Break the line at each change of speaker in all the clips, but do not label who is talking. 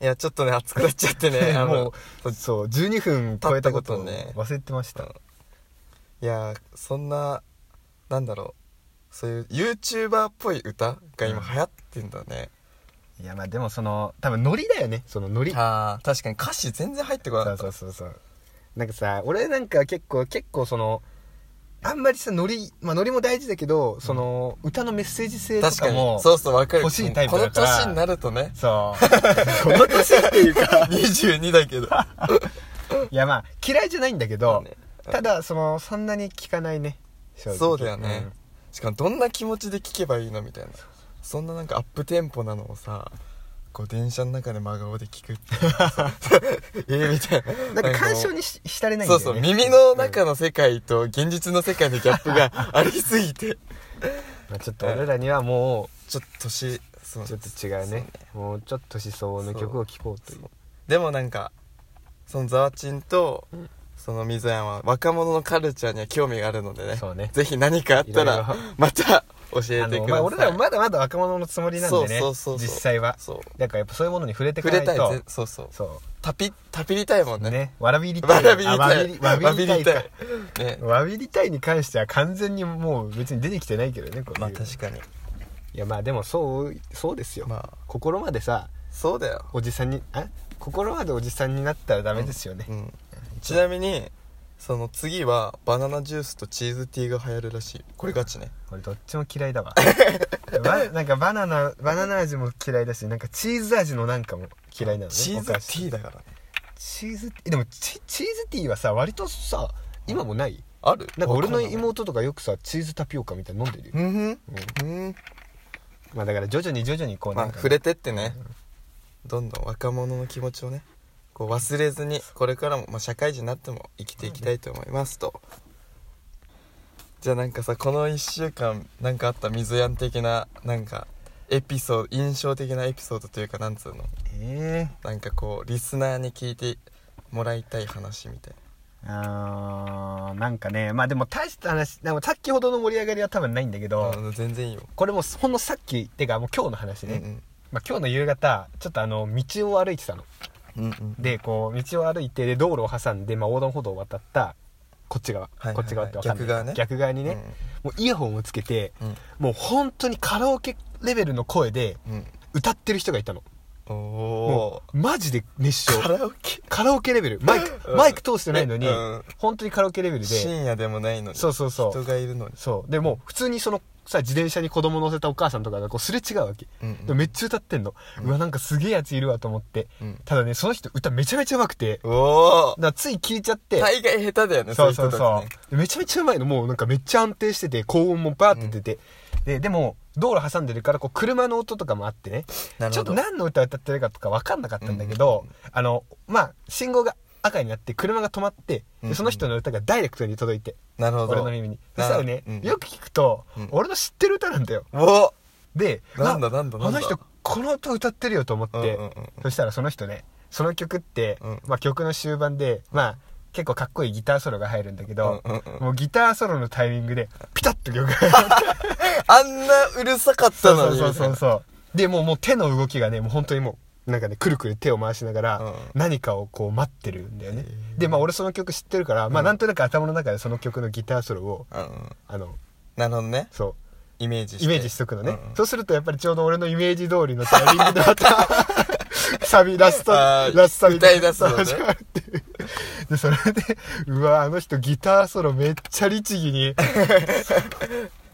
いや、ちょっとね、熱くなっちゃって ね、あ
も
の、
うそう12分超えたことを
経ったことね
忘れてました、
いや、そんな、なんだろう、そういう YouTuber っぽい歌が今
うん
流行ってんだね。
いやまあでもその多分ノリだよねそのノリ
ああ、確かに歌詞全然入ってこな
そ
かっ
う
た。
そうそうそうなんかさ俺なんか結構結構そのあんまりさノリまあノリも大事だけどその、歌のメッセージ性と
確か
かも
に。そうそう、わかる。
欲しいタイプだから、
この年になるとね
そうこ の年っていう か
22だ けど。
いやまあ嫌いじゃないんだけど、
ね
ただそのそんなに聞かないね正直
そうだよね、しかもどんな気持ちで聴けばいいのみたいなそんななんかアップテンポなのをさこう電車の中で真顔で聴くって えーみたい
うん
な
なんか
こう
干渉にし浸れないんだ
そ
よ
う
ね
そう耳の中の世界と現実の世界のギャップ がありすぎて
まあ、ちょっと俺らにはも
ちょっと年そう
うちょっと違う
そ
ね
うね
もうちょっと思想の曲を聴こうという
そうでもなんかそのざわちんと、
うん
その水谷は若者のカルチャーには興味があるのでね
そうね
ぜひ何かあった
いろ
ら
いろ
また教え
あ
て
の
くださ
まあ
い
俺らもまだまだ若者のつもりなんでね
そうそうそうそう
実際は
そう
だからやっぱそういうものに触れていか
触
な
れ
い
たい
と
ぜそうそう
そ
タピタピりたいもん
う
ね
ねわらびりた
わ
い
らびりたい
あわびりわびりたいか
ね
わびりたいに関しては完全にもう別に出てきてないけどねこういう
まあ確かに
いやまあでもそうそうですよ、
まあ
心までさ
そうだよ
おじさんにあ心までおじさんになったらダメですよね、
うんちなみにその次はバナナジュースとチーズティーが流行るらしいこれガチね
俺どっちも嫌いだわ ばなんかバナナバナナ味も嫌いだしなんかチーズ味のなんかも嫌いなのね
チーズテ
お菓子
ィーだからね
チーズティーでもチチーズティーはさ割とさ今もない
ある
なんか俺の
わんない
妹とかよくさチーズタピオカみたいなの飲んでるよ、
うんふんうん
まあだから徐々に徐々にこう
ま
な
あ
んか、
触れてってねどんどん若者の気持ちをねこう忘れずにこれからも、まあ、社会人になっても生きていきたいと思いますとじゃあなんかさこの1週間なんかあった水やん的ななんかエピソード印象的なエピソードというかなんつうの
え
なんかこうリスナーに聞いてもらいたい話みたい
えあーなんかねまあでも大した話でもさっきほどの盛り上がりは多分ないんだけ
な
ど、
うん全然いいよ、
これもほんのさっきてかもう今日の話
うん
ね、まあ、今日の夕方ちょっとあの道を歩いてたの
うんうんうん
でこう道を歩いてで道路を挟んで、まあ、横断歩道を渡ったこっち側、
はいはいはい
こっち側ってわかんない
逆側ね
逆側にね、もうイヤホンをつけて
うん
もう本当にカラオケレベルの声で
うんうん
歌ってる人がいたの
お
も
お
うマジで熱唱
カラオケ
カラオケレベルマイク、
うん
マイク通してないのに、
うん
本当にカラオケレベルで
深夜でもないのに
そうそうそう
人がいるのに
そうでもう普通にそのさ自転車に子供乗せたお母さんとかがこうすれ違うわけ、
うんうん
でもめっちゃ歌ってんの、うわなんかすげえやついるわと思って、
うん
ただねその人歌めちゃめちゃ上手くて、だか
おお
らつい聞いちゃって、
大概下手だよね
そうそう
い人た
そ
ちね
うでめちゃめちゃうまいのもうなんかめっちゃ安定してて高音もバーって出て、ででも道路挟んでるからこう車の音とかもあってね
なる
ち
ほ
ょっと
ど
何の歌歌ってるかとか分かんなかったんだけど、あのまあ信号が赤になって車が止まって、
うんう
で
ん
その人の歌がダイレクトに届いて、
なるほど
俺の耳にそしたらね、
うん
よく聞くと、
うん
俺の知ってる歌なんだよ
お
で
なんだ
あ
なんだなんだ
あの人この歌歌ってるよと思って、
うんうんうんうん
そしたらその人ねその曲って、
うん
まあ、曲の終盤で、まあ、結構かっこいいギターソロが入るんだけど、
うんうんうん
もうギターソロのタイミングでピタッと曲が 入る
あんなうるさかった
そう
の
そう
に
そうそうそうでもうもう手の動きがねもう本当にもうなんかねくるくる手を回しながら、
うん
何かをこう待ってるんだよねでまあ俺その曲知ってるから、まあなんとなく頭の中でその曲のギターソロを
みたいなうんうん
あの
なるほどね
そう
イメージして
イメージしとくのね、
うんうん
そうするとやっぱりちょうど俺のイメージ通りのタイミングでま たサビラスト
あ
ラ
ー
スサビ
歌い出すのね
始まるっていうで それでうわあの人ギターソロめっちゃ律儀に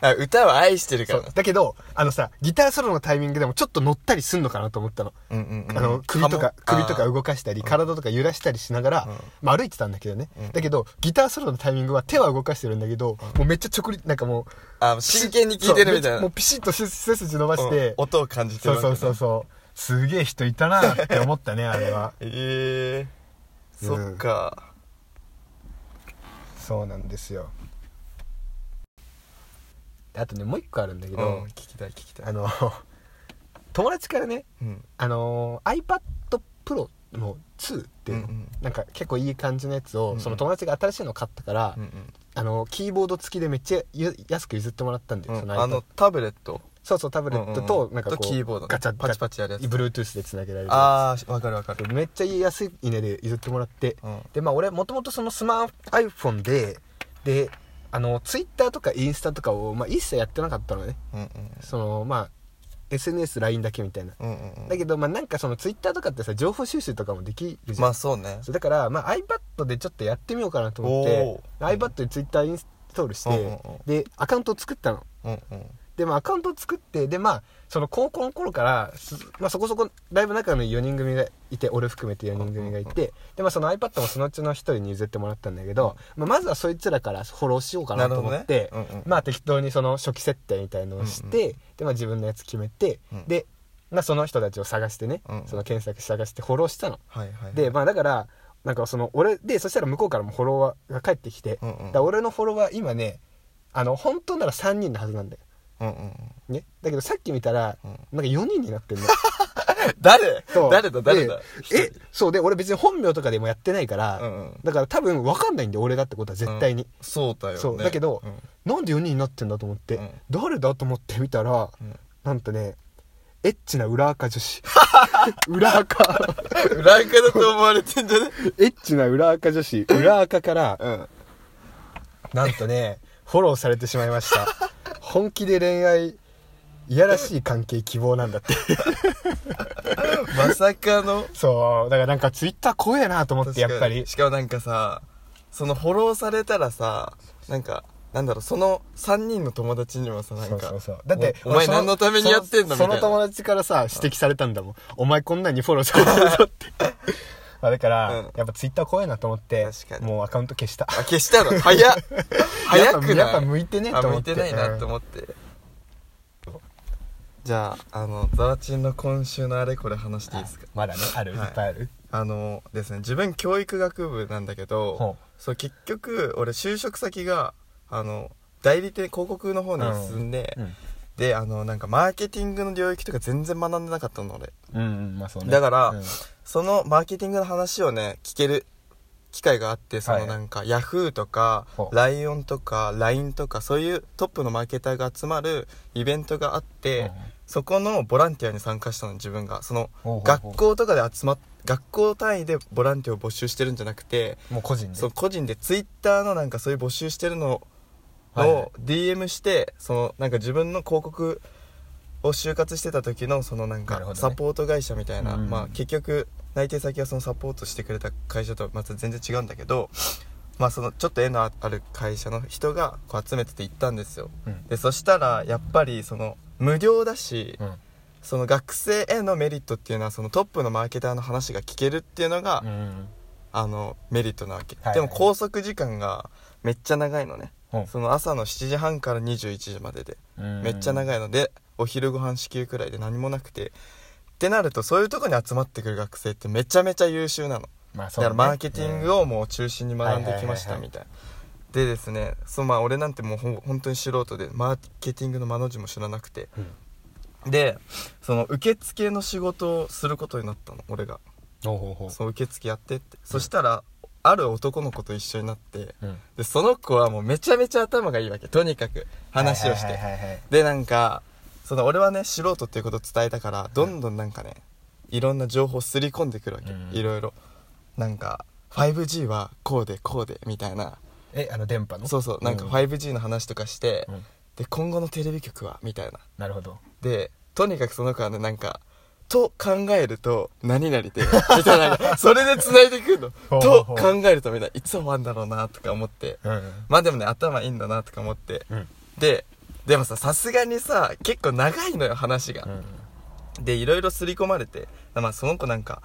あ歌は愛してるか
そ
ら
うだけどあのさギターソロのタイミングでもちょっと乗ったりすんのかなと思ったの,、
うんうんうん
あの首とか
ハモ
首とか動かしたり体とか揺らしたりしながら、
うん
まあ、歩いてたんだけどね、
うん
だけどギターソロのタイミングは手は動かしてるんだけど、もうめっちゃ直立なんかもう
ああ真剣に聴いてるみたい
そう
な
もうピシッと背筋伸ばして、
うん音を感じて
そ
る
うそうそう
う
そうすげえ人いたなって思ったねあれは
ええ
うん
そっか
そうなんですよあとねもう一個あるんだけ
うん
ど、
聞きたい聞きた
あ
い
の友達からね
うん
あの iPadPro の2っていうの、
うんうん
なんか結構いい感じのやつを、
うんうん
その友達が新しいの買ったから、
うんうん
あのキーボード付きでめっちゃゆ安く譲ってもらったんだよ、
うん
その iPad
あのタブレット
そうそうタブレット
うんうん
と
うん
なんかこ
と
う
キーボードね
ガチャ
パチパ
チ
チやるやつ
Bluetooth でつなげられるや
ああわかるわかる
つめっちゃ安い稲で譲ってもらって
うん
でまあ俺もともとそのスマート iPhone でであの Twitter とかインスタとかを、まあ、一切やってなかったのね
うん
そのまあ SNSLINE だけみたいな
うんうんうんうん
だけどまあなんかその Twitter とかってさ情報収集とかもできるじゃん
まあそうね
そうだから、まあ、iPad でちょっとやってみようかなと思って
おー
iPad で Twitter インストールして、
うんうんうん
でアカウントを作ったの
うんうん
で、まあ、アカウントを作ってでまあその高校の頃から、すまあ、そこそこだいぶ仲のいい4人組がいて俺含めて4人組がいて、でまあ、その iPad もそのうちの1人に譲ってもらったんだけど、まあ、まずはそいつらからフォローしようかなと思って、
なるほどねうんうん
まあ、適当にその初期設定みたいのをして、
うん
でまあ、自分のやつ決めて、
うん
で、まあ、その人たちを探してね、
うん
その検索探してフォローしたの。
はいはいはい
でまあだからなんかその俺でそしたら向こうからもフォロワーが返ってきて、
うんうん
だから俺のフォロワー今ねあの本当なら3人のはずなんだ
う
よ、
んうんうん
ね、だけどさっき見たら、
うん
なんか4人に なってんの
誰
そう
誰だ誰だ
でえそうで俺別に本名とかでもやってないから、
うんうん
だから多分分かんないんで俺だってことは絶対に、
そうだよね
そうだけど、
うん
なんで4人になってんだと思って、
うん
誰だと思って見たら、
うん
なんとねエッチな裏垢女子 裏 垢
裏垢だと思われてんじ ゃね
エッチな裏垢女子裏垢から、
うん
なんとね、フォローされてしまいました。本気で恋愛、いやらしい関係希望なんだって。
まさかの
そう、だからなんかツイッター怖えなと思って、やっぱり。
しかもなんかさそのフォローされたらさなんかなんだろうその3人の友達にもさなん
そう
か
そうそう。だって、
おお前
そ
何のためにやってんのみた
そ
いな
その友達からさ、指摘されたんだもん。お前こんなんにフォローされてるぞ って。まあだから、
うん
やっぱツイッター怖えなと思って
確か、に
もうアカウント 消した。
あ消した の早っ早くない
やっぱやっぱ向いてねえ
あ
と思
向
っ
い
て
てないなって思って、じゃああのザワチンの今週のあれこれ話していいですか
まだね、ある、い
はい
っぱいある。
あのですね自分教育学部なんだけど
ほ
そう結局俺就職先があの代理店広告の方に進んで、
う。うん。
であのなんかマーケティングの領域とか全然学んでなかったの俺
うんうん、まあそうね。
だから
うん
そのマーケティングの話をね聞ける機会があってそ
は
の
い
なんかヤフーとか
ほう
ライオンとか LINE とかそういうトップのマーケターが集まるイベントがあって、
うん
そこのボランティアに参加したの自分がその
ほうほうほう
学校とかで集まっ学校単位でボランティアを募集してるんじゃなくて、
もう個人で。
そう個人でツイッターのなんかそういう募集してるの
はいはい
を DM して、そのなんか自分の広告を就活してた時のそのなん
なるほ
か
どね
サポート会社みたいな
うん
まあ、結局内定先はそのサポートしてくれた会社とはまた全然違うんだけど、まあ、そのちょっと縁のある会社の人がこう集めてて行ったんですよ
うん。
でそしたらやっぱりその無料だし、
うん。
その学生へのメリットっていうのはそのトップのマーケターの話が聞けるっていうのが、
うん。
あのメリットなわけ、
いはい
でも拘束時間がめっちゃ長いのね、
うん
その朝の7時半から21時までで、めっちゃ
い
長いのでお昼ご飯支給くらいで何もなくてってなるとそういうとこに集まってくる学生ってめちゃめちゃ優秀なの
まあ
だ
そう
か
だ
ら
ね
マーケティングをもう中心に学んできました
はいはいはいはい
みたいなでですねそうまあ俺なんてもうほん本当に素人でマーケティングの間の字も知らなくて
うん
でその受付の仕事をすることになったの俺が
ほうほうほう
そう受付やってってそしたらある男の子と一緒になって
うん
でその子はもうめちゃめちゃ頭がいいわけとにかく話をして、
はいはいはいはい
でなんかその俺はね素人っていうことを伝えたからどんどんなんかねいろんな情報すり込んでくるわけ、
うん
いろいろなんか 5G はこうでこうでみたいな
えあの電波の
そうそうなんか
ファイ
5G の話とかして、
うん
で今後のテレビ局はみたいな
なるほど
でとにかくその子はねなんか「と考えると何々で」 みたいななんかそれで繋いでくるの「
ほうほ
と
うほ
考
う
えると」みたいないつ終わんだろうなとか思って
うん
まあでもね頭いいんだなとか思って
うん
ででもささすがにさ結構長いのよ話が、でいろいろ刷り込まれてまあその子なんか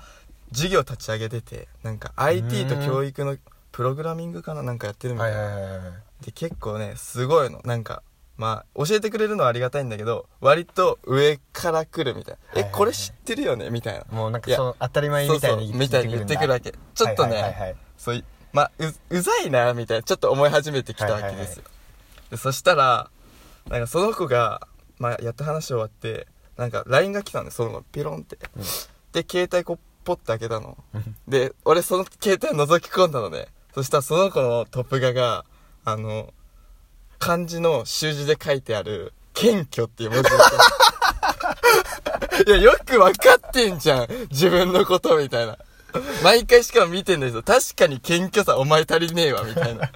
事業立ち上げててなんか IT と教育のプログラミングかななんかやってるみた
はいい
な、
はいはいはい
で結構ねすごいのなんかまあ教えてくれるのはありがたいんだけど割と上から来るみたいな「
は
え
いはいはい
これ知ってるよね?」みたいな
もうなんか
いや
そう当たり前
そう
みた
そ
いうに
みたいに言ってくるわ
け
けちょっとね、
はいはいはいはい
そういまあううざいなみたいなちょっと思い始めてきたわけですよ、でそしたらなんかその子が、まあ、やった話終わってなんか LINE が来たんでそのままピロンって、
ん
で携帯こうポッて開けたので俺その携帯覗き込んだのねそしたらその子のトップ画があの漢字の習字で書いてある謙虚っていう文字だった。いや、よくわかってんじゃん。自分のことみたいな。毎回しかも見てんだけど、確かに謙虚さお前足りねえわ、みたいな。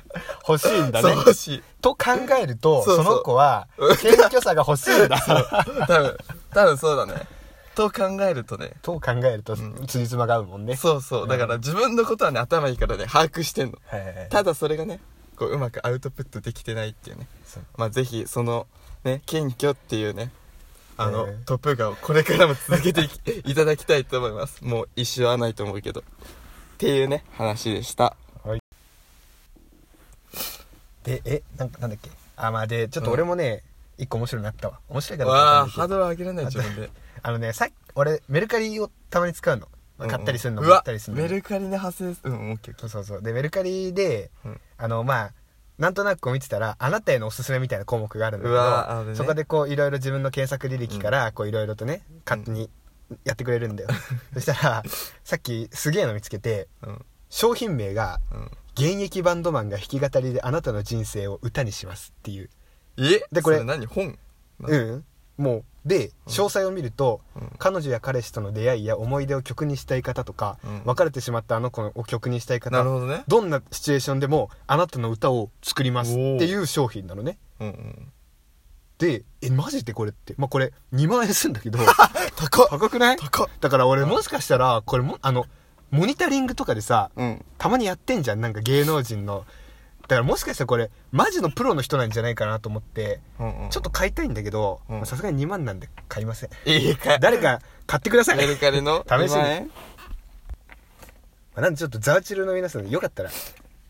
欲しいんだ
そう
ね
欲しい。
と考えると
そう
そ
そう
の子は謙虚さが欲しい んだ
多分、多分そうだね。と考えるとね。
と考えるとつじつまが合うもんね、
そうそう。だから自分のことはね、頭いいからね、把握してんの。
はいはいはい
ただそれがね、こう、うまくアウトプットできてないっていうね。
そう
まあ、ぜひ、その、ね、謙虚っていうね、あの
えー、
トップガンをこれからも続けていき いただきたいと思います。もう一生はないと思うけど。っていうね、話でした。
でえなんかなんだっけあまあでちょっと俺もね、一個面白いのあったわ面白いかどうか
わあ、
わか
ハー
んないけ
ドル上げら
ど
れない自分で。
あのねさっき俺メルカリをたまに使うの、まあ買ったりするの
うん
も買ったりする
う
の
わ
も
メルカリの派生す、うん、オッケーオッケ
そうそうそうでメルカリで、
うん
あのまあなんとなくこう見てたらあなたへのおすすめみたいな項目があるんだけ
うわあ
ど
るね
そこでこういろいろ自分の検索履歴からこういろいろとね勝手にやってくれる んだよ、そしたらさっきすげえの見つけて
ー。うん、
商品名が
うん。
「現役バンドマンが弾き語りであなたの人生を歌にします」っていう
え
でこれ
そ何本
う、んもうで詳細を見ると、
うん
彼女や彼氏との出会いや思い出を曲にしたい方とか、
うん
別れてしまったあの子を曲にしたい
なる
方
ほどね。
どんなシチュエーションでもあなたの歌を作りますっ
おー
ていう商品なのね
うんうん。
でえマジでこれってまあこれ2万円するん だけど
高っ
高くない
高っ
だから俺もしかしたらこれもあのモニタリングとかでさ
うん。
たまにやってんじゃんなんか芸能人のだからもしかしたらこれマジのプロの人なんじゃないかなと思って
うんうん。
ちょっと買いたいんだけど
うん
まあさすがに2万なんで買いません
いいか。
誰か買ってください
メルカリの
試し
2
に
万円
まあなんでちょっとザワチルの皆さんよかったら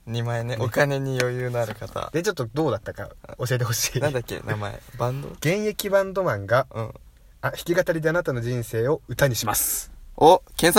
?2 万円ね。お金に余裕のある方。
でちょっとどうだったか教えてほしい
なんだっけ名前。バンド
現役バンドマンが
うん。
あ弾き語りであなたの人生を歌にします
お、検索